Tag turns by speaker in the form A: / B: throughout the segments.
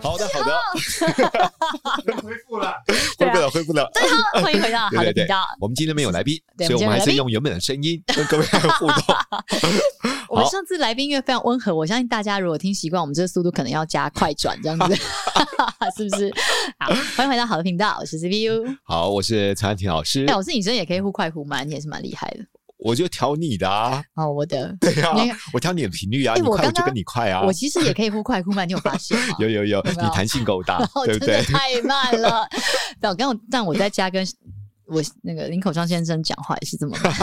A: 好的，好的，
B: 啊
C: 恢复了。
A: 恢复了，恢复了。
B: 欢迎回到啊好的频道。
A: 我们今天没有来宾，
B: 对
A: 所以我
B: 我
A: 们
B: 们今天没有
A: 还
B: 来
A: 是
B: 宾
A: 用原本的声音跟各位互动。
B: 我们上次来宾因为非常温和，我相信大家如果听习惯，我们这个速度可能要加快转这样子，是不是？好，欢迎回到好的频道，我是 CPU。
A: 好，我是陈安婷老师
B: 哎、，我是女生，也可以忽快忽慢，你也是蛮厉害的。
A: 我就挑你的 啊，
B: 哦，我的，
A: 对啊
B: 你，
A: 我挑你的频率啊，
B: 哎
A: 你
B: 我
A: 快我
B: 刚
A: 就
B: 刚
A: 跟你快啊
B: 我，其实也可以忽快忽慢，你有发现吗？
A: 有有有，
B: 没有
A: 你弹性够 大
B: 然，后
A: 对
B: 哦
A: 不
B: 真的
A: 对？
B: 太慢了。但我刚刚，但我在家跟我那个林口昌先生讲话也是这么慢。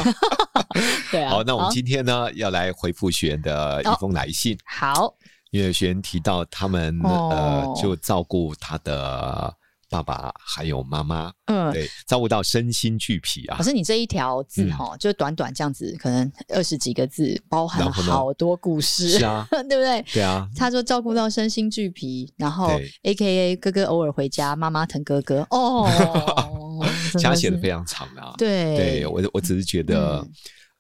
B: 对啊，
A: 好，那我们今天呢要来回复学员的一
B: 哦
A: 封来信，
B: 好好
A: 因为学员提到他们
B: 哦
A: 呃就照顾他的爸爸还有妈妈，
B: 嗯。
A: 对，照顾到身心俱疲啊
B: 可。是你这一条字
A: 嗯
B: 哈，就短短这样子，可能二十几个字，包含了
A: 然后呢
B: 好多故事，
A: 是啊
B: 对不对？
A: 对啊，
B: 他说照顾到身心俱疲，然后
A: 对
B: A K A 哥哥偶尔回家，妈妈疼哥哥 哦，真
A: 其他
B: 是
A: 写的非常长啊。
B: 对
A: 对，我我只是觉得，
B: 嗯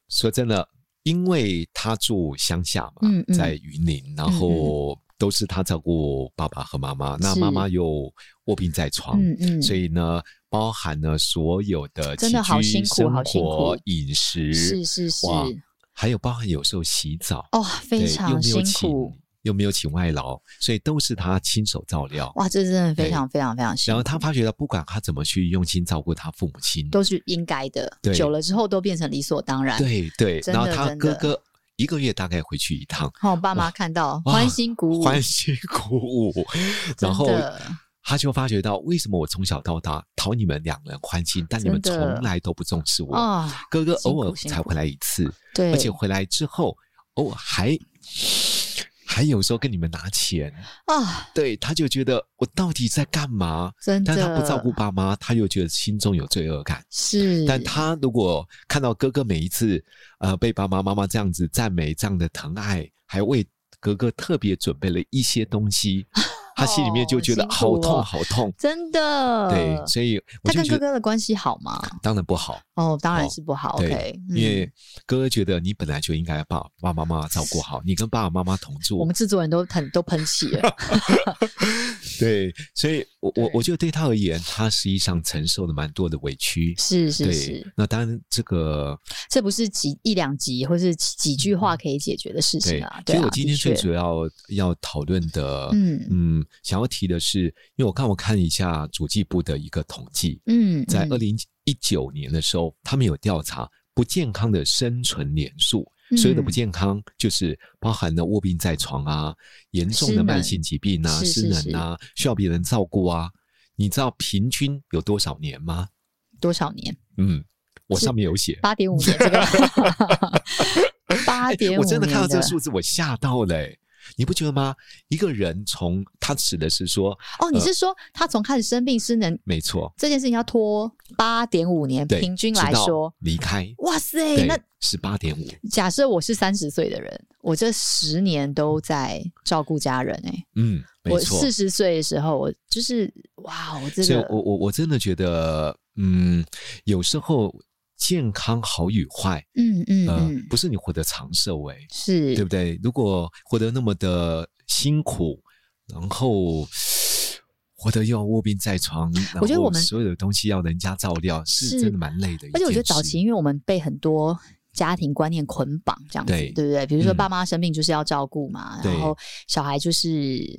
A: 说真的，因为他住乡下嘛，
B: 嗯嗯
A: 在云林，然后都是他照顾爸爸和妈妈，那
B: 是
A: 妈妈又卧病在床，
B: 嗯嗯，
A: 所
B: 以
A: 以呢，包含了所有的
B: 真的好
A: 起居
B: 辛苦
A: 生
B: 好辛
A: 活
B: 苦、
A: 饮食，
B: 是是是，
A: 哇还有包含有时候洗澡，
B: 哦，非
A: 对，又
B: 常
A: 没有
B: 辛
A: 请
B: 苦，
A: 又没有请外劳，所以都是他亲手照料。
B: 哇，这真的非
A: 对
B: 常非常非常辛
A: 然
B: 苦
A: 后。他发觉到，不管他怎么去用心照顾他父母亲，
B: 都是应该的
A: 对，
B: 久了之后都变成理所当然。，
A: 对对，
B: 真
A: 然后
B: 的
A: 他
B: 真
A: 哥
B: 的
A: 哥一个月大概回去一趟，
B: 看我爸妈看到，
A: 哇
B: 欢欣鼓舞，
A: 欢欣鼓 舞，
B: 真
A: 然后
B: 的
A: 他就发觉到，为什么我从小到大讨你们两人欢心，但你们
B: 真
A: 从
B: 的
A: 来都不重视我。
B: 啊，
A: 哥哥
B: 辛苦
A: 偶尔
B: 辛
A: 才
B: 苦
A: 回来一次，
B: 对，
A: 而且回来之后，偶尔还还有时候跟你们拿钱，
B: 啊，
A: 对，他就觉得我到底在干嘛？
B: 真的，
A: 但他不照顾爸妈，他又觉得心中有罪恶感。
B: 是，
A: 但他如果看到哥哥每一次呃被爸爸妈妈这样子赞美、这样的疼爱，还为哥哥特别准备了一些东西，他心里面就觉得
B: 哦辛
A: 好
B: 苦
A: 痛、
B: 哦
A: 好痛。
B: 真的，
A: 对，所以我
B: 他
A: 就
B: 跟
A: 觉
B: 哥
A: 得
B: 哥的关系好吗？
A: 当然不好。
B: 哦，当然
A: 哦
B: 是不好。
A: 对
B: OK，，嗯
A: 因为哥哥觉得你本来就应该把爸爸妈妈照顾好，你跟爸爸妈妈同
B: 我
A: 住
B: 们，制作人都很都喷气 了，
A: 对，所以我我
B: 对
A: 我觉得对他而言，他实际上承受了蛮多的委屈。
B: 是是
A: 对
B: 是，，
A: 那当然这个
B: 这不是几一两集或是几几句话可以解决的事情啊。
A: 嗯所
B: 对
A: 以
B: 啊，
A: 我今天
B: 的
A: 最
B: 确
A: 主要要讨论的，
B: 嗯
A: 嗯，想要提的是，因为我看我看一下主计部的一个统计，
B: 嗯，
A: 在
B: 嗯
A: 二零一九年的时候，他们有调查不健康的生存年数。所有的不
B: 嗯
A: 健康就是包含了卧病在床啊、严重
B: 失
A: 的
B: 能
A: 慢性疾病啊、
B: 是
A: 失
B: 是是
A: 能啊，需要别人照顾啊。你知道平均有多少年吗？
B: 多少年？
A: 嗯，我
B: 是
A: 上面有写，哎
B: 八点五年这 个，八点五，
A: 我真的看到这个数字，我吓到了、欸。你不觉得吗？一个人从他指的是说，
B: 哦，你
A: 嗯
B: 是说他从开始生病失能
A: 没错，
B: 这件事情要拖八点五年，
A: 对，
B: 平均来
A: 直到
B: 说，
A: 离开，
B: 哇塞，
A: 对
B: 那，
A: 十八点五，
B: 假设我是三十岁的人，我这十年都在照顾家人、欸，
A: 嗯，没
B: 我
A: 错。
B: 四十岁的时候，我就是哇，我这
A: 所以
B: 个
A: 我我我真的觉得，嗯，有时候健康好与坏，
B: 嗯嗯
A: 呃
B: 嗯，，
A: 不是你活得长寿、欸，
B: 是
A: 对不对？如果活得那么的辛苦，然后。活得又要卧病在床，然
B: 我觉得
A: 后
B: 我们
A: 所有的东西要人家照料，是
B: 是
A: 真的蛮累的一件事。
B: 而且我觉得早期因为我们被很多家庭观念捆绑，这样子
A: 对
B: 对不对？比如说
A: 嗯
B: 爸妈生病就是要照顾嘛，
A: 对
B: 然后小孩就是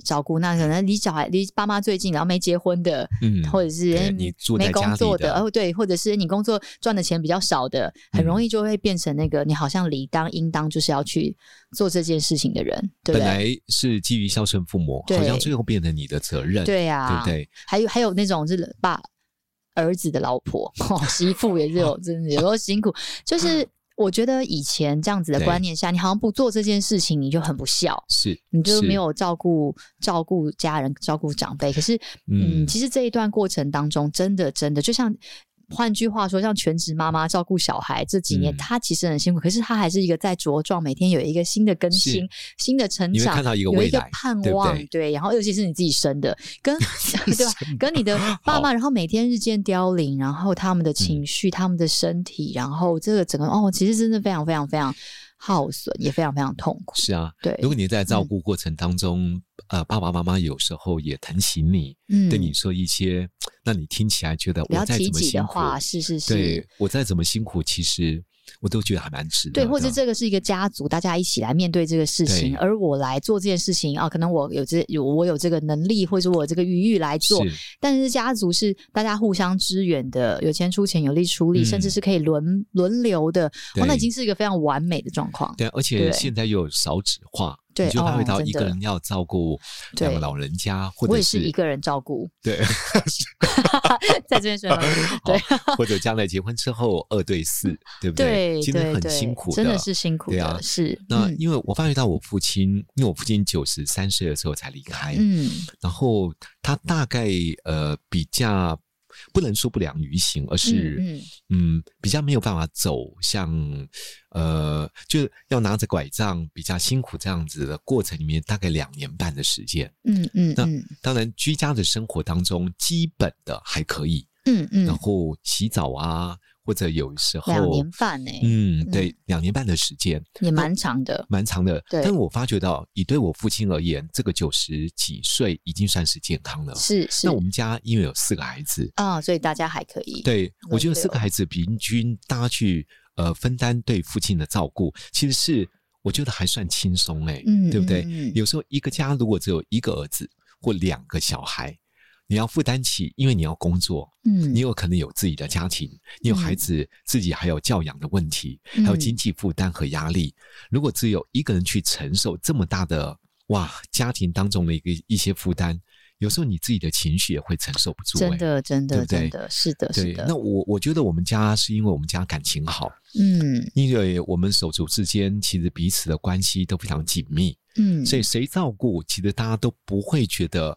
B: 照顾，那可能离小孩离爸妈最近，然后没结婚的，
A: 嗯
B: 或者是
A: 对
B: 哎
A: 你住在
B: 没
A: 家
B: 工
A: 里
B: 作
A: 的
B: 哦对，或者是你工作赚的钱比较少的，很
A: 嗯
B: 容易就会变成那个你好像理当应当就是要去做这件事情的人，对不
A: 本
B: 对？
A: 来是基于孝顺父母，
B: 对
A: 好像最后变成你的责任，
B: 对啊呀、
A: 对不对？
B: 还有还有那种是爸儿子的老婆、哦、媳妇也是有，真的有时候辛苦。就是我觉得以前这样子的
A: 嗯对
B: 观念下，你好像不做这件事情，你就很不孝，
A: 是，
B: 你就是没有照顾照顾家人、照顾长辈。可是，嗯，
A: 嗯
B: 其实这一段过程当中，真的真的就像。换句话说，像全职妈妈照顾小孩这几年，
A: 嗯
B: 她其实很辛苦，可是她还是一个在茁壮，每天有一个新的更新
A: 是、
B: 新的成
A: 你会
B: 长
A: 看，到一个
B: 有
A: 未
B: 一个
A: 来，
B: 盼
A: 对不
B: 望，
A: 对
B: 然后尤其是你自己生的， 跟对吧？跟你的爸妈，然后每天日渐凋零，然后他们的
A: 嗯
B: 情绪、他们的身体，然后这个整个哦，其实真的非常非常非常耗损，也非常非常痛苦。
A: 是啊。
B: 对，嗯
A: 如果你在照顾过程当中，呃，爸爸妈妈有时候也疼惜你，
B: 嗯
A: 对你说一些让你听起来觉得
B: 不要
A: 我再
B: 提
A: 怎么
B: 己
A: 辛
B: 的
A: 苦，
B: 话，是是是，
A: 对我再怎么辛苦，其实我都觉得还蛮值得的。
B: 对，或者这个是一个家族，大家一起来面对这个事情，
A: 对
B: 而我来做这件事情啊，可能我有这有我有这个能力，或者我有这个余裕来做，
A: 是
B: 但是家族是大家互相支援的，有钱出钱，有力出力，
A: 嗯
B: 甚至是可以轮轮流的，哦
A: 对，
B: 那已经是一个非常完美的状况。
A: 对，而
B: 对
A: 且现在又有少子化，
B: 对
A: 你就
B: 哦
A: 会到
B: 真
A: 一个
B: 的
A: 人要照顾两
B: 对
A: 个老人家，或
B: 我
A: 者
B: 也是一个人照顾，
A: 对，
B: 在这 边说，对
A: 或者将来结婚之后二对四，对不
B: 对
A: 其实
B: 对
A: 很
B: 对，
A: 辛苦
B: 真的是辛苦
A: 对
B: 的，
A: 啊
B: 是
A: 那
B: 嗯
A: 因为我发觉到我父亲，因为我父亲九十三岁的时候才离开，
B: 嗯
A: 然后他大概呃比较不能说不良于行，而是
B: 嗯嗯
A: 嗯比较没有办法走向呃就是要拿着拐杖比较辛苦这样子的过程里面，大概两年半的时间。
B: 嗯嗯
A: 那
B: 嗯
A: 当然，居家的生活当中，基本的还可以，
B: 嗯
A: 然
B: 嗯，
A: 后洗澡啊，或者有时候
B: 两年半呢，
A: 嗯
B: 嗯，
A: 对，两年半的时间
B: 也蛮长的，
A: 蛮长的。
B: 对
A: 但我发觉到，以对我父亲而言，这个九十几岁已经算是健康了。
B: 是是
A: 哦那我们家因为有四个孩子，
B: 啊，所以大家还可以，
A: 对我觉
B: 轮流
A: 得四个孩子平均大家去呃分担对父亲的照顾，其实是我觉得还算轻松哎、
B: 嗯，嗯，
A: 对不对？
B: 嗯
A: 有时候一个家如果只有一个儿子或两个小孩，你要负担起，因为你要工作，
B: 嗯，
A: 你有可能有自己的家庭，你有孩
B: 嗯
A: 子，自己还有教养的问题，还有
B: 嗯
A: 经济负担和压力。如果只有一个人去承受这么大的哇，家庭当中的一个一些负担，有时候你自己的情绪也会承受不住、
B: 真
A: 哎。
B: 的，真
A: 对
B: 的，
A: 不对
B: 真的，是的，是
A: 对，
B: 的，
A: 那我我觉得我们家是因为我们家感情好，
B: 嗯
A: 因为我们手足之间其实彼此的关系都非常紧密，
B: 嗯，
A: 所以谁照顾，其实大家都不会觉得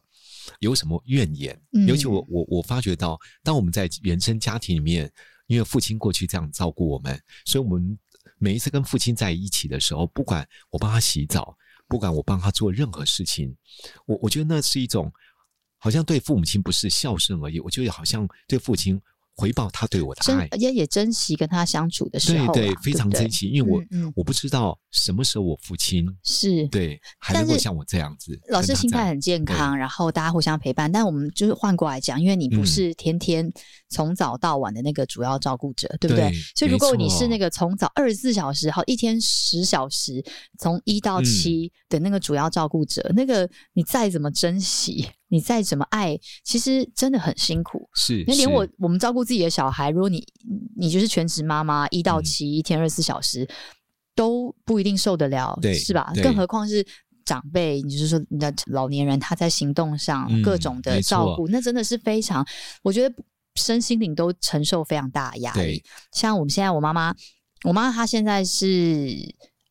A: 有什么怨言。
B: 嗯
A: 尤其我我我发觉到，当我们在原生家庭里面，因为父亲过去这样照顾我们，所以我们每一次跟父亲在一起的时候，不管我帮他洗澡，不管我帮他做任何事情，我我觉得那是一种好像对父母亲不是孝顺而已，我觉得好像对父亲回报他对我的
B: 珍
A: 爱，
B: 也也珍惜跟他相处的时
A: 对
B: 候啦，
A: 对，非
B: 不
A: 常
B: 对
A: 珍惜，因为我、
B: 嗯嗯
A: 我不知道什么时候我父亲
B: 是。
A: 对，还
B: 但
A: 能够
B: 是
A: 像我这样子。
B: 老师
A: 跟他
B: 心
A: 在
B: 态很健康，然后大家互相陪伴。但我们就是换过来讲，因为你不
A: 嗯
B: 是天天从早到晚的那个主要照顾者，对不对？
A: 对
B: 所以如
A: 没
B: 果你是
A: 错
B: 那个从早二十四小时，好一天十小时，从一到
A: 嗯
B: 七的那个主要照顾者，那个你再怎么珍惜，你再怎么爱，其实真的很辛苦。
A: 是，
B: 那连
A: 是
B: 我我们照顾自己的小孩，如果你你就是全职妈妈，一到
A: 嗯
B: 七、一天二十四小时都不一定受得了，
A: 对
B: 是吧？
A: 对
B: 更何况是长辈，你就是说你的老年人，他在行动上
A: 嗯
B: 各种的
A: 没
B: 照顾，
A: 错
B: 那真的是非常，我觉得身心灵都承受非常大的压力
A: 对。
B: 像我们现在，我妈妈，我妈她现在是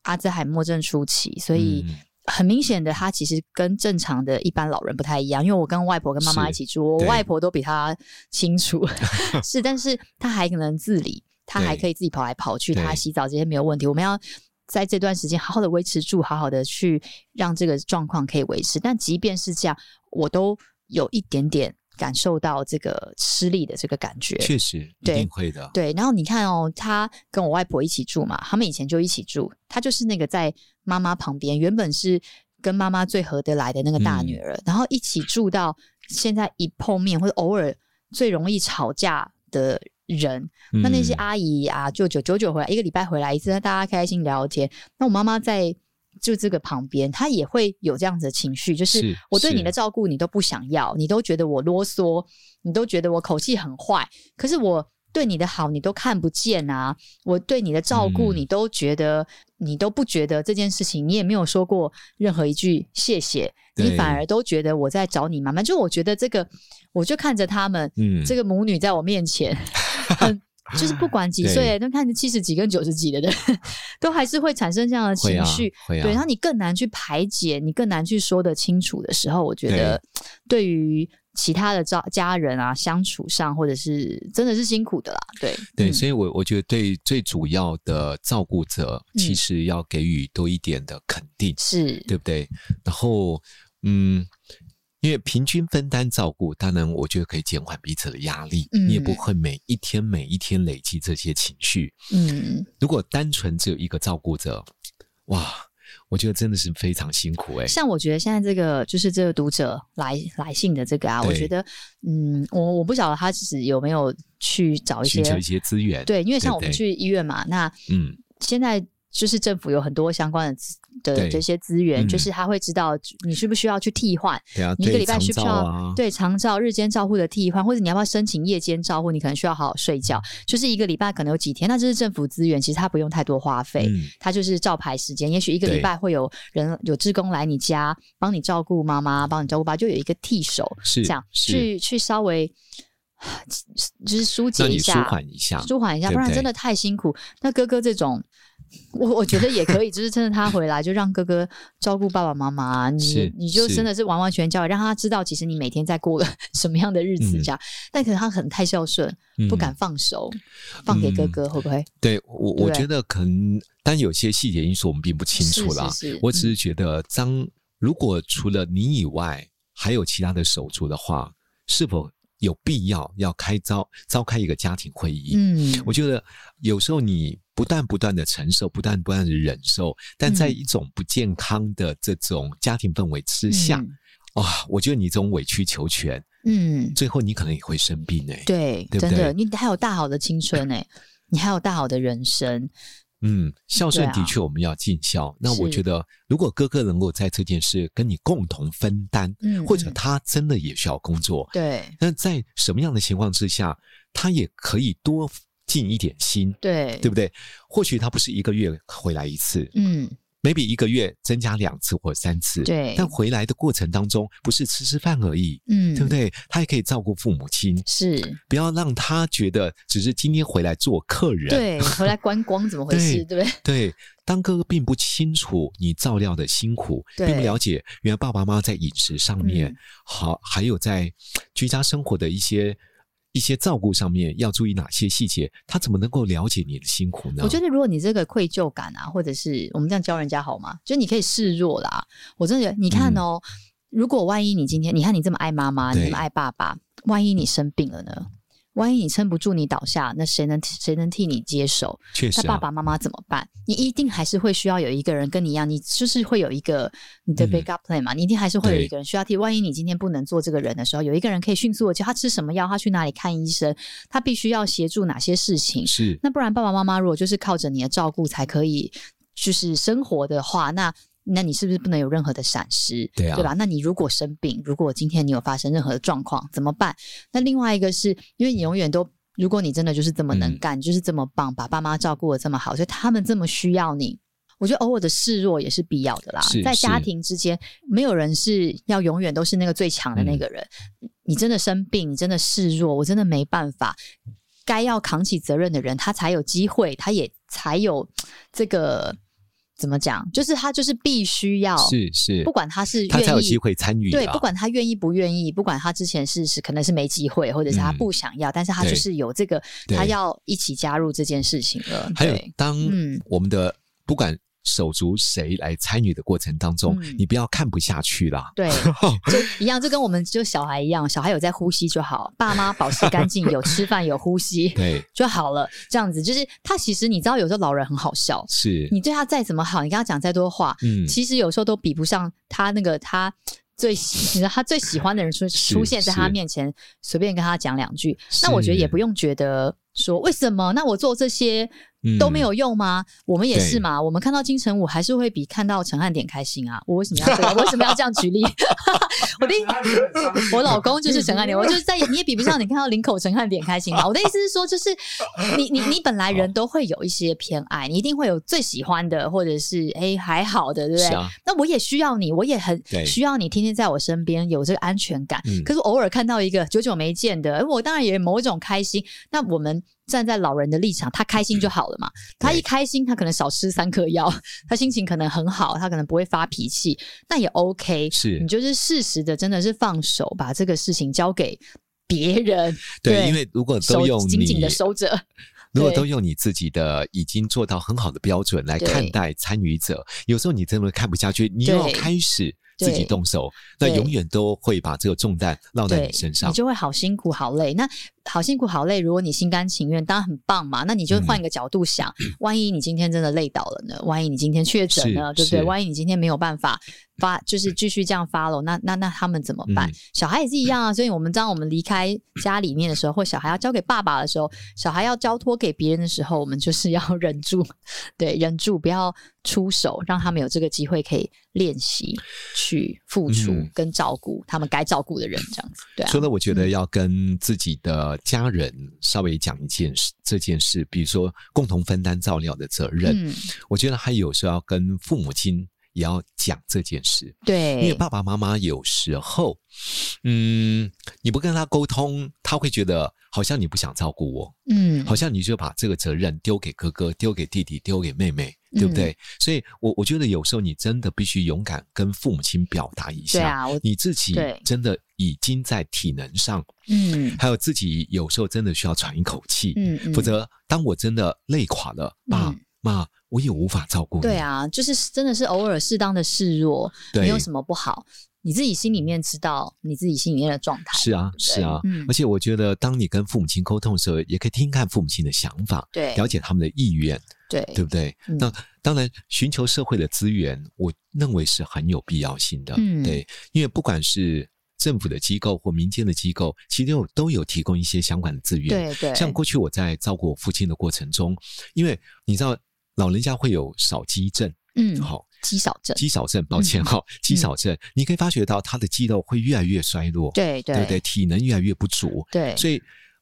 B: 阿兹海默症初期，所以。
A: 嗯
B: 很明显的，她其实跟正常的一般老人不太一样，因为我跟外婆跟妈妈
A: 是
B: 一起住，我
A: 对
B: 外婆都比她清楚， 是，但是她还能自理，她还可以自己跑来跑去，
A: 对
B: 她洗澡这些没有问题。我们要在这段时间好好的维持住，好好的去让这个状况可以维持。但即便是这样，我都有一点点感受到这个吃力的这个感觉，
A: 确实一
B: 对
A: 定会的，
B: 对，然后你看哦，他跟我外婆一起住嘛，他们以前就一起住，他就是那个在妈妈旁边，原本是跟妈妈最合得来的那个大女儿，然后一起住到现在一碰面或者偶尔最容易吵架的人，
A: 嗯，
B: 那那些阿姨啊、舅舅、久久回来，一个礼拜回来一次，那大家开心聊天。那我妈妈在就这个旁边，她也会有这样子的情绪，就是
A: 是
B: 我对你
A: 是
B: 的照顾你都不想要，你都觉得我啰嗦，你都觉得我口气很坏，可是我。对你的好，你都看不见啊！我对你的照顾，
A: 嗯
B: 你都觉得、你都不觉得这件事情，你也没有说过任何一句谢谢，你
A: 对
B: 反而都觉得我在找你麻烦。就我觉得这个，我就看着他们，
A: 嗯，
B: 这个母女在我面前，很就是不管几岁，那看着七十几跟九十几的人， 都还是会产生这样的
A: 会
B: 情
A: 啊
B: 绪。
A: 会啊，
B: 对，然后你更难去排解，你更难去说得清楚的时候，我觉得对于其他的家家人啊相处上，或者是真的是辛苦的啦。对
A: 对，
B: 嗯
A: 所以我我觉得对最主要的照顾者，
B: 嗯
A: 其实要给予多一点的肯定，
B: 是，
A: 对不对？然后，嗯，因为平均分担照顾，当然我觉得可以减缓彼此的压力，
B: 嗯
A: 你也不会每一天每一天累积这些情绪。
B: 嗯，
A: 如果单纯只有一个照顾者，哇，我觉得真的是非常辛苦哎、
B: 像我觉得现在这个就是这个读者来来信的这个啊，
A: 对
B: 我觉得，嗯，我我不晓得他其实有没有去找一些
A: 寻求一些资源，，
B: 对，因为像
A: 对
B: 我们
A: 对
B: 去医院嘛，那
A: 嗯，
B: 现在就是政府有很多相关的资
A: 对
B: 的这些资源，
A: 嗯
B: 就是他会知道你需不需要去替换，
A: 对啊，
B: 你一个
A: 对
B: 礼拜
A: 长
B: 需不需
A: 照
B: 要、
A: 啊？
B: 对长照、日间照护的替换，或者你要不要申请夜间照护？你可能需要好好睡觉，就是一个礼拜可能有几天，那这是政府资源，其实它不用太多花费。
A: 嗯，
B: 它就是照排时间，也许一个
A: 对
B: 礼拜会有人有志工来你家帮你照顾妈妈，帮你照顾爸，就有一个替手，
A: 是
B: 这样
A: 是
B: 去去稍微 就是疏解
A: 让
B: 一
A: 你舒
B: 下，
A: 缓一下，
B: 舒缓一下，
A: 对
B: 不
A: 不
B: 然真
A: 对
B: 的太辛苦。那哥哥这种，我我觉得也可以，就是趁着他回来，就让哥哥照顾爸爸妈妈，你
A: 是
B: 你就是真的是完完全全交给，让他知道其实你每天在过了 什么样的日子
A: 嗯
B: 这样。但可能他很太孝顺，
A: 嗯
B: 不敢放手，放给哥
A: 嗯
B: 哥会不会？
A: 对我，
B: 对
A: 我觉得可能，但有些细节因素我们并不清楚啦。
B: 是是嗯是
A: 我只是觉得，当如果除了你以外还有其他的手足的话，是否有必要要开召召开一个家庭会议？
B: 嗯，
A: 我觉得有时候你不断不断的承受，不断不断的忍受，但在
B: 嗯
A: 一种不健康的这种家庭氛围之下，
B: 嗯
A: 哇、我觉得你这种委曲求全，
B: 嗯，嗯，
A: 最后你可能也会生病哎、
B: 对，
A: 对不
B: 真的，
A: 对
B: 你还有大好的青春哎、你还有大好的人生，
A: 嗯，孝顺
B: 对
A: 的
B: 啊
A: 确我们要尽孝。那我
B: 是
A: 觉得，如果哥哥能够在这件事跟你共同分担，
B: 嗯
A: 或者
B: 嗯
A: 他真的也需要工作，
B: 对
A: 那在什么样的情况之下，他也可以多尽一点心，
B: 对
A: 对不对？或许他不是一个月回来一次
B: 嗯，
A: ，maybe 一个月增加两次或三次，
B: 对
A: 但回来的过程当中，不是吃吃饭而已，
B: 嗯，
A: 对不？对？他也可以照顾父母亲，
B: 是，
A: 不要让他觉得只是今天回来做客人，
B: 对，回来观光怎么回事？
A: 对
B: 对不对？
A: 对，当哥哥并不清楚你照料的辛苦，
B: 对
A: 并不了解原来爸爸妈妈在饮食上面，
B: 嗯
A: 好还有在居家生活的一些一些照顾上面要注意哪些细节，他怎么能够了解你的辛苦呢？
B: 我觉得，如果你这个愧疚感啊，或者是我们这样教人家好吗？就是你可以示弱啦。我真的觉得，你看哦，如果万一你今天，你看你这么爱妈妈，你
A: 嗯对
B: 这么爱爸爸，万一你生病了呢？万一你撑不住，你倒下，那谁能谁能替你接手？
A: 确实、
B: 那
A: 啊，
B: 爸爸妈妈怎么办？你一定还是会需要有一个人跟你一样，你就是会有一个你的
A: 嗯
B: backup plan 嘛，你一定还是会有
A: 对
B: 一个人需要替。万一你今天不能做这个人的时候，有一个人可以迅速的教他吃什么药，他去哪里看医生，他必须要协助哪些事情。
A: 是
B: 那不然爸爸妈妈如果就是靠着你的照顾才可以就是生活的话，那那你是不是不能有任何的闪失？
A: 对啊
B: 对吧？那你如果生病，如果今天你有发生任何的状况，怎么办？那另外一个是因为你永远都。如果你真的就是这么能
A: 嗯
B: 干，就是这么棒，把爸妈照顾的这么好，所以他们这么需要你，我觉得偶尔的示弱也是必要的啦。
A: 是
B: 在家
A: 是
B: 庭之间，没有人是要永远都是那个最强的那
A: 嗯
B: 个人。你真的生病，你真的示弱，我真的没办法。该要扛起责任的人，他才有机会，他也才有这个怎么讲？就是他就是必须要，
A: 是是，
B: 不管他是
A: 他才有
B: 愿
A: 机
B: 意。
A: 会参与、啊，
B: 对，不管他愿意不愿意，不管他之前是是可能是没机会，或者是他
A: 嗯
B: 不想要，但是他
A: 对
B: 就是有这个，
A: 对
B: 他要一起加入这件事情了。
A: 还有
B: 对，
A: 当
B: 嗯
A: 我们的、不管。手足谁来参与的过程当中，
B: 嗯
A: 你不要看不下去啦。
B: 对，就一样，就跟我们就小孩一样，小孩有在呼吸就好，爸妈保持干净，有吃饭，有呼吸
A: 对，
B: 就好了。这样子就是他其实你知道，有时候老人很好笑，
A: 是，
B: 你对他再怎么好，你跟他讲再多话，
A: 嗯，
B: 其实有时候都比不上他那个他最喜 你知道他最喜欢的人出
A: 是
B: 出现在他
A: 是
B: 面前，随便跟他讲两句。那我觉得
A: 是
B: 也不用觉得说为什么那我做这些
A: 嗯
B: 都没有用吗？我们也
A: 对
B: 是嘛，我们看到金城武还是会比看到陈汉典开心啊。我为什么 要这样？我为什么要这样举例？ 我的意我老公就是陈汉典，我就是在你也比不上你看到林口陈汉典开心嘛。我的意思是说，就是 你你你本来人都会有一些偏爱，你一定会有最喜欢的，或者是哎、还好的，对不
A: 是
B: 对？
A: 啊，
B: 那我也需要你，我也很
A: 对
B: 需要你天天在我身边有这个安全感。
A: 嗯
B: 可是偶尔看到一个久久没见的，哎我当然也某种开心。那我们站在老人的立场，他开
A: 嗯
B: 心就好了嘛。他一开心，他可能少吃三颗 药，他心情可能很好，他可能不会发脾气，那也 OK。
A: 是
B: 你就是适时的，真的是放手，把这个事情交给别人，对
A: 对，因为如果
B: 手
A: 都用
B: 紧
A: 你
B: 紧的收着。
A: 如果
B: 对
A: 都用你自己的已经做到很好的标准来
B: 对
A: 看待参与者，有时候你真的看不下去，你
B: 对
A: 又要开始自己动手，那
B: 对
A: 永远都会把这个重担落在
B: 对
A: 你身
B: 你
A: 上。
B: 就会好辛苦好累。那好辛苦好累，如果你心甘情愿，当然很棒嘛。那你就
A: 嗯
B: 换一个角度想，万一你今天真的累倒了呢？万一你今天确诊了，
A: 是
B: 对不对？
A: 是
B: 万一你今天没有办法发，就是继续这样发了，那那那他们怎么办？
A: 嗯
B: 小孩也是一样啊。所以我们当我们离开家里面的时候，或小孩要交给爸爸的时候，小孩要交托给别人的时候，我们就是要忍住， 对，忍住，不要出手，让他们有这个机会可以练习去付出
A: 嗯
B: 跟照顾他们该照顾的人，这样子，对啊
A: 所。以呢，我觉得要跟自己的家人稍微讲一件事，这件事，比如说共同分担照料的责任。
B: 嗯，
A: 我觉得还有时候要跟父母亲也要讲这件事。
B: 对，
A: 因为爸爸妈妈有时候，嗯，你不跟他沟通，他会觉得好像你不想照顾我，
B: 嗯，
A: 好像你就把这个责任丢给哥哥、丢给弟弟、丢给妹妹，
B: 嗯
A: 对不对？所以我，我觉得有时候你真的必须勇敢跟父母亲表达一
B: 对
A: 下，
B: 啊，我
A: 你自己
B: 对
A: 真的已经在体能上，
B: 嗯
A: 还有自己有时候真的需要喘一口气，
B: 嗯，嗯
A: 否则当我真的累垮了，爸
B: 嗯
A: 妈，我也无法照顾你。
B: 对，啊，就是真的是偶尔适当的示弱，
A: 对
B: 没有什么不好，你自己心里面知道你自己心里面的状态，
A: 是啊，
B: 对
A: 是啊，
B: 嗯
A: 而且我觉得，当你跟父母亲沟通的时候，也可以听看父母亲的想法，
B: 对
A: 了解他们的意愿，
B: 对
A: 对不对？
B: 嗯
A: 那当然，寻求社会的资源，我认为是很有必要性的，
B: 嗯
A: 对，因为不管是政府的机构或民间的机构，其实有都有提供一些相关的资源。
B: 对对，
A: 像过去我在照顾我父亲的过程中，因为你知道老人家会有少肌症，
B: 嗯，
A: 好、
B: 肌少症，
A: 肌少症，抱歉哈、肌少症，你可以发觉到他的肌肉会越来越衰弱，
B: 对
A: 对不对？
B: 对
A: 体能越来越不足，
B: 对，
A: 所以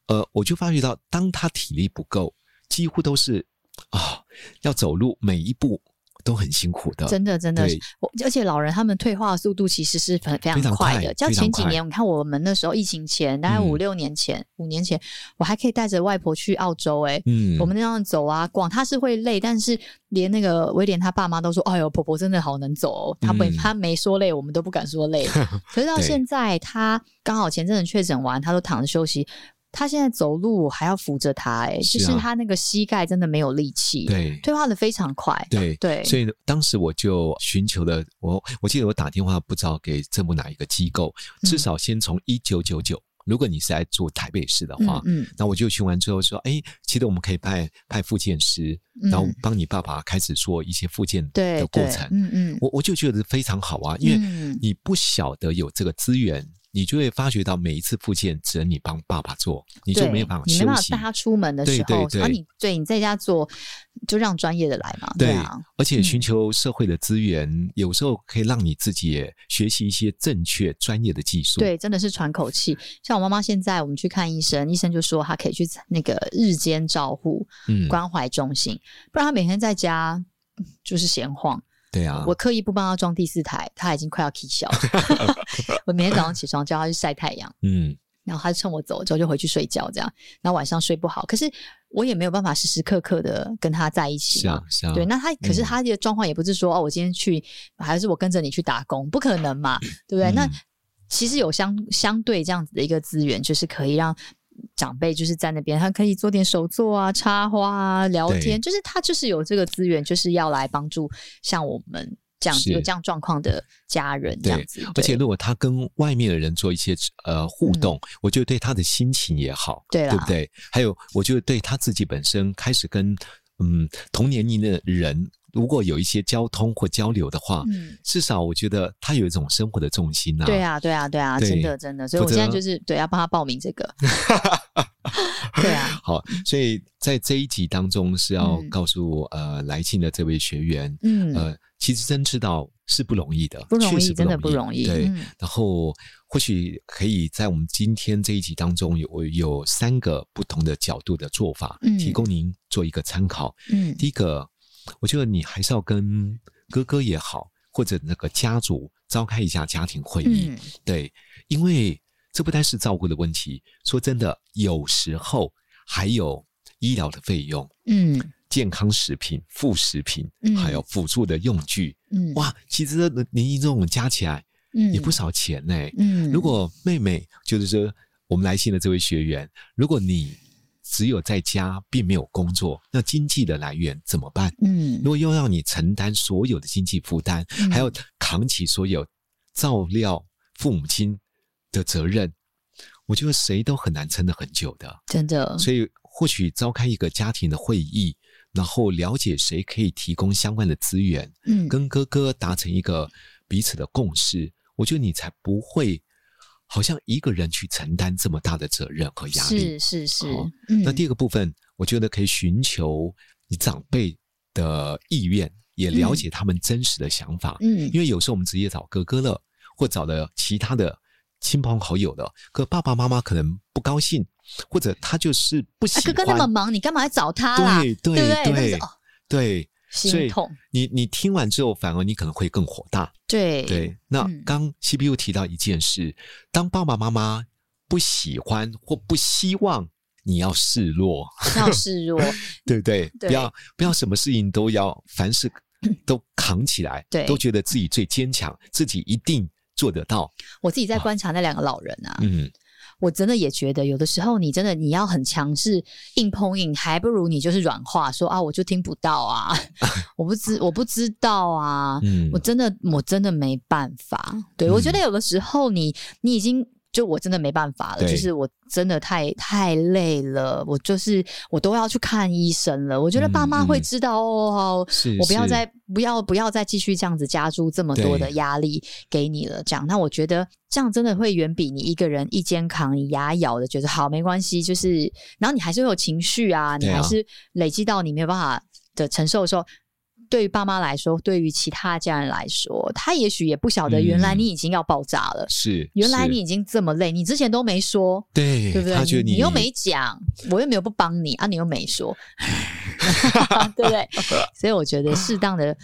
A: 呃，我就发觉到，当他体力不够，几乎都是啊、要走路每一步都很辛苦的。
B: 真的真的
A: 呃对，
B: 我而且老人他们退化的速度其实是很非
A: 非
B: 常
A: 常
B: 快
A: 快
B: 的。像
A: 非常
B: 前几
A: 快
B: 年，你看我们那时候疫情前，大概
A: 嗯
B: 五六年前、五年前，我还可以带着外婆去澳洲、欸，
A: 嗯，
B: 我们那样走啊逛，他是会累，但是连那个威廉他爸妈都说：“哎呦，婆婆真的好能走、哦。”他没、
A: 嗯
B: 他没说累，我们都不敢说 累。可是到
A: 对
B: 现在，他刚好前阵子确诊完，他都躺着休息。他现在走路我还要扶着他、哎、就是是
A: 啊
B: 他那个膝盖真的没有力气，
A: 对
B: 退化的非常快。
A: 对。
B: 对，
A: 所以当时我就寻求了，我我记得我打电话不知道给政府哪一个机构，至
B: 嗯
A: 少先从一九九九，如果你是在住台北市的话，
B: 嗯
A: 那我就询完之后说，哎，其实我们可以派派复健师，
B: 嗯，
A: 然后帮你爸爸开始做一些复健
B: 对
A: 的过
B: 对
A: 程。
B: 嗯嗯，
A: 我我就觉得非常好啊，因为
B: 嗯
A: 你不晓得有这个资源，你就会发觉到每一次复健只能你帮爸爸做，你
B: 你
A: 就没有办法
B: 你没
A: 休
B: 办法
A: 息
B: 带。他出门的
A: 对
B: 时
A: 对
B: 候，然后
A: 对
B: 你对你在家做，就让专业的来嘛，对啊，
A: 而且
B: 嗯
A: 寻求社会的资源，有时候可以让你自己也学习一些正确专业的技术。
B: 对，真的是喘口气。像我妈妈现在，我们去看医生，医生就说她可以去那个日间照护
A: 嗯，
B: 关怀中心，不然她每天在家嗯就是闲晃。
A: 对啊，
B: 我刻意不帮她装第四台，她已经快要气消了。 我每天早上起床叫她去晒太阳，
A: 嗯，
B: 然后她趁我走了之后就回去睡觉，这样，然后晚上睡不好。可是我也没有办法时时刻刻的跟她在一起
A: 是
B: 嘛。
A: 啊，是啊，
B: 对，那他可是
A: 嗯
B: 他的状况也不是说、哦，我今天去，还是我跟着你去打工，不可能嘛，对不对？那
A: 嗯
B: 其实有相相对这样子的一个资源，就是可以让长辈就是在那边，他可以做点手作啊、插花啊、聊
A: 对
B: 天，就是他就是有这个资源，就是要来帮助像我们这样子
A: 是
B: 有这样状况的家人这样
A: 对
B: 子。
A: 而
B: 对嗯
A: 且如果他跟外面的人做一些呃互动，我觉得对他的心情也好，
B: 对啦
A: 不对？还有，我觉得对他自己本身开始跟嗯同年龄的人，如果有一些交通或交流的话，
B: 嗯。
A: 至少我觉得他有一种生活的重心啊。
B: 对啊，对啊，对啊，
A: 对
B: 真的，真的，所以
A: 否
B: 我现在
A: 则
B: 就是对要帮他报名这 个，对啊，
A: 好，所以在这一集当中是要
B: 嗯
A: 告诉、呃来信的这位学员，
B: 嗯，
A: 呃，其实真知道是不容易的，
B: 不容
A: 确
B: 易，
A: 实
B: 真的不容易，
A: 对，
B: 嗯
A: 然后或许可以在我们今天这一集当中有有三个不同的角度的做法，
B: 嗯
A: 提供您做一个参考。
B: 嗯，
A: 第一个，我觉得你还是要跟哥哥也好，或者那个家族召开一下家庭会议，
B: 嗯
A: 对，因为这不单是照顾的问题，说真的，有时候还有。医疗的费用、
B: 嗯
A: 健康食品、副食品
B: 嗯，
A: 还有辅助的用具。
B: 嗯，
A: 哇，其实呢年一这种加起来
B: 嗯，
A: 也不少钱呢、
B: 嗯，
A: 如果妹妹就是说，我们来信的这位学员，如果你只有在家并没有工作，那经济的来源怎么办？
B: 嗯
A: 如果又让你承担所有的经济负担，
B: 嗯
A: 还要扛起所有照料父母亲的责任，我觉得谁都很难撑得很久的。
B: 真的，
A: 所以，或许召开一个家庭的会议，然后了解谁可以提供相关的资源，
B: 嗯
A: 跟哥哥达成一个彼此的共识，我觉得你才不会好像一个人去承担这么大的责任和压力。
B: 是是是
A: 好，
B: 嗯，
A: 那第二个部分，我觉得可以寻求你长辈的意愿，也了解他们真实的想法。
B: 嗯
A: 因为有时候我们直接找哥哥了，或找了其他的亲朋好友了，可爸爸妈妈可能不高兴，或者他就是不喜
B: 啊，
A: 欢。
B: 哥哥那么忙，你干嘛找他啦？
A: 对
B: 对
A: 对
B: 不对？
A: 对
B: 那个哦
A: 对，所
B: 心
A: 以
B: 痛，
A: 你你听完之后，反而你可能会更火大。
B: 对
A: 对， 那
B: 嗯
A: 刚 CPU 提到一件事，当爸爸妈妈不喜欢或不希望你要示弱，
B: 要示弱，
A: 对不对？
B: 对
A: 不要不要什么事情都要，凡 事都扛起来，
B: 对
A: 都觉得自己最坚强，自己一定做得到。
B: 我自己在观察那两个老人啊，
A: 嗯，
B: 我真的也觉得，有的时候你真的你要很强势硬碰硬，还不如你就是软化，说啊，我就听不到 啊，我不知我不知道啊，
A: 嗯
B: 我真的我真的没办法。对、我觉得有的时候你你已经。就我真的没办法了，
A: 对
B: 就是我真的太太累了，我就是我都要去看医生了。我觉得爸妈
A: 嗯嗯
B: 会知道、哦，
A: 是
B: 我不要
A: 是
B: 再不要不要再继续这样子加诸这么多的
A: 对
B: 压力给你了。这样，那我觉得这样真的会远比你一个人一肩扛，你牙咬的觉得好没关系，就是然后你还是会有情绪啊，你
A: 对啊
B: 还是累积到你没有办法的承受的时候。对于爸妈来说，对于其他家人来说，他也许也不晓得，原来
A: 嗯
B: 你已经要爆炸了，
A: 是，
B: 原来
A: 是
B: 你已经这么累，你之前都没说，
A: 对，
B: 对不对？
A: 他觉得
B: 你
A: 你
B: 又没讲，我又没有不帮你啊，你又 没说，对不对？所以我觉得适当的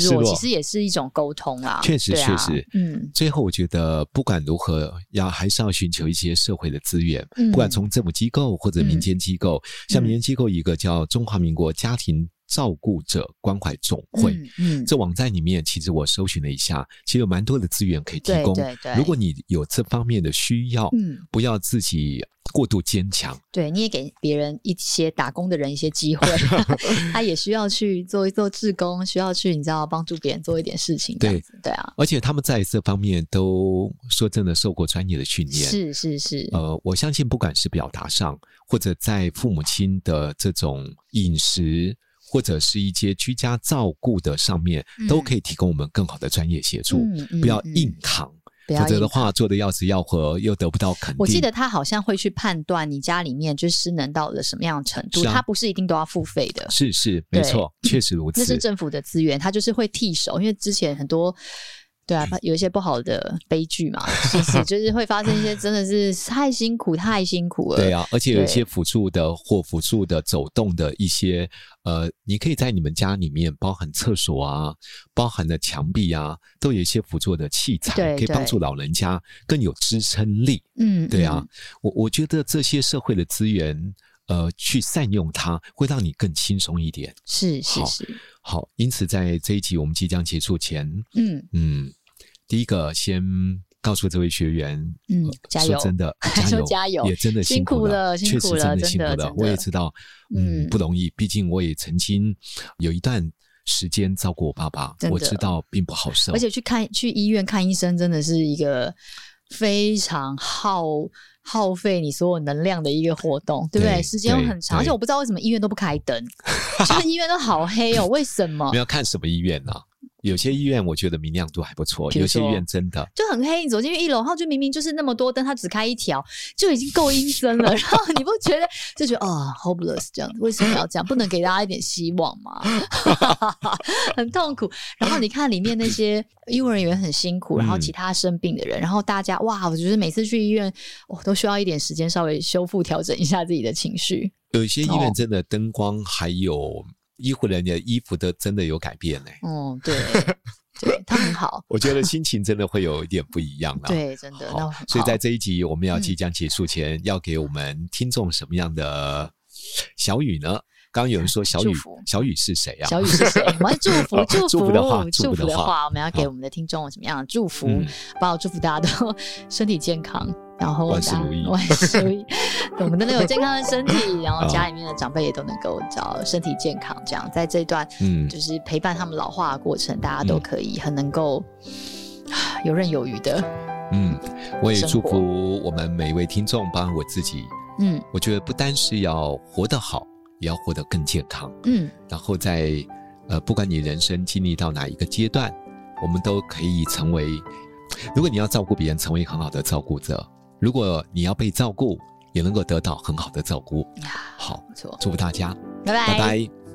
A: 示
B: 弱
A: 弱
B: 其实也是一种沟通啦，
A: 确实
B: 对
A: 确
B: 啊
A: 实
B: 嗯
A: 最后，我觉得不管如何，要还是要寻求一些社会的资源，
B: 嗯
A: 不管从政府机构或者民间机构，像民间机构一个叫中华民国家庭照顾者关怀总会。
B: 嗯嗯
A: 这网站里面，其实我搜寻了一下，其实有蛮多的资源可以提
B: 对
A: 供。
B: 对对
A: 如果你有这方面的需要，
B: 嗯，
A: 不要自己过度坚强。
B: 对，你也给别人一些打工的人一些 机会，他也需要去做一做志工，需要去你知道帮助别人做一点事情这样
A: 对
B: 子，对啊，
A: 而且他们在这方面都说真的受过专业的训练，
B: 是是是，
A: 呃，我相信不管是表达上，或者在父母亲的这种饮食，或者是一些居家照顾的上面，都
B: 嗯
A: 可以提供我们更好的专业协助，
B: 嗯嗯
A: 不要
B: 嗯
A: 硬扛，
B: 不要
A: 否则
B: 硬
A: 的话做的要死要活，又得不到肯定。
B: 我记得他好像会去判断你家里面就是失能到了什么样的程度，
A: 是啊
B: 他不是一定都要付费的，
A: 是是没
B: 对
A: 错，确实如
B: 那
A: 此
B: 是。政府的资源，他就是会替手，因为之前很多。对啊，有一些不好的悲剧嘛，其实就是会发生一些真的是太辛苦，太辛苦了。
A: 对啊，而且有一
B: 对
A: 些辅助的或辅助的走动的一些，呃，你可以在你们家里面，包含厕所啊，包含的墙壁啊，都有一些辅助的器材，
B: 对
A: 可以帮
B: 对
A: 助老人家更有支撑力。
B: 嗯，
A: 对啊，我我觉得这些社会的资源，呃，去善用它，会让你更轻松一点。
B: 是是
A: 好
B: 是，
A: 好，因此在这一集我们即将结束前，
B: 嗯
A: 嗯，第一个先告诉这位学员，
B: 嗯
A: 呃
B: 加油，
A: 说真的
B: 说
A: 油，
B: 加油
A: 也真的
B: 辛
A: 辛
B: 苦了
A: 了，
B: 辛
A: 确
B: 苦
A: 实
B: 了
A: 真
B: 真
A: 辛
B: 的
A: 苦
B: 真的
A: 我也知道，
B: 嗯
A: 嗯，不容易，毕竟我也曾经有一段时间照顾我爸爸
B: 真，的
A: 我知道并不好受，
B: 而且去看去医院看医生，真的是一个非常耗耗费你所有能量的一个活动，对不对？
A: 对
B: 时间
A: 对
B: 很长，
A: 对
B: 而且我不知道为什么医院都不开 灯，就是医院都好黑哦，为什么
A: 没？有看什么医院呢、啊有些医院我觉得明亮度还不错，
B: 比如
A: 有些医
B: 说
A: 院真的
B: 就很黑，你走进去一楼，然后就明明就是那么多灯，它只开一条，就已经够阴森了。然 后你不觉得就觉得啊、h o p e l e s s 这样子，为什么要这样？不能给大家一点希望吗？ 很痛苦。然后你看里面那些医务人员很辛苦，然后
A: 嗯
B: 其他生病的人，然后大家哇，我觉得每次去医院，我、都需要一点时间稍微修复、调整一下自己的情绪。
A: 有一些医
B: 哦
A: 院真的灯光还有医护人员衣服的真的有改变呢、
B: 嗯， 对，对他很好，
A: 我觉得心情真的会有一点不一样了。。
B: 对，真的，那
A: 好
B: 很，
A: 所以在
B: 好
A: 这一集我们要
B: 嗯
A: 即将结束前，要给我们听众什么样的小雨呢？刚刚有人说小雨
B: 祝福，
A: 小雨是谁啊呀、
B: 小雨是 谁？我们祝福
A: 好
B: 祝
A: 哦祝
B: 福
A: 福的话
B: 祝
A: 祝福的
B: 的
A: 话
B: 话，我们要给
A: 好
B: 我们的听众什么样的祝福？
A: 嗯，
B: 帮我祝福大家都身体健康，然后
A: 万事
B: 大家
A: 如意
B: 万事 如意，我们都能有健康的身体，然后
A: 啊
B: 家里面的长辈也都能够找身体健康，这样在这段
A: 嗯
B: 就是陪伴他们老化的过程，大家都可以很能够。啊游刃有余的，
A: 嗯，我也
B: 生
A: 祝
B: 活
A: 福我们每一位听众，包括我自己。
B: 嗯
A: 我觉得不单是要活得好，也要活得更健康。
B: 嗯，
A: 然后在呃，不管你人生经历到哪一个阶段，我们都可以成为，如果你要照顾别人，成为很好的照顾者；如果你要被照顾，也能够得到很好的照顾。
B: 呀，
A: 好，
B: 嗯啊不错，
A: 祝福大家，
B: 拜
A: 拜拜。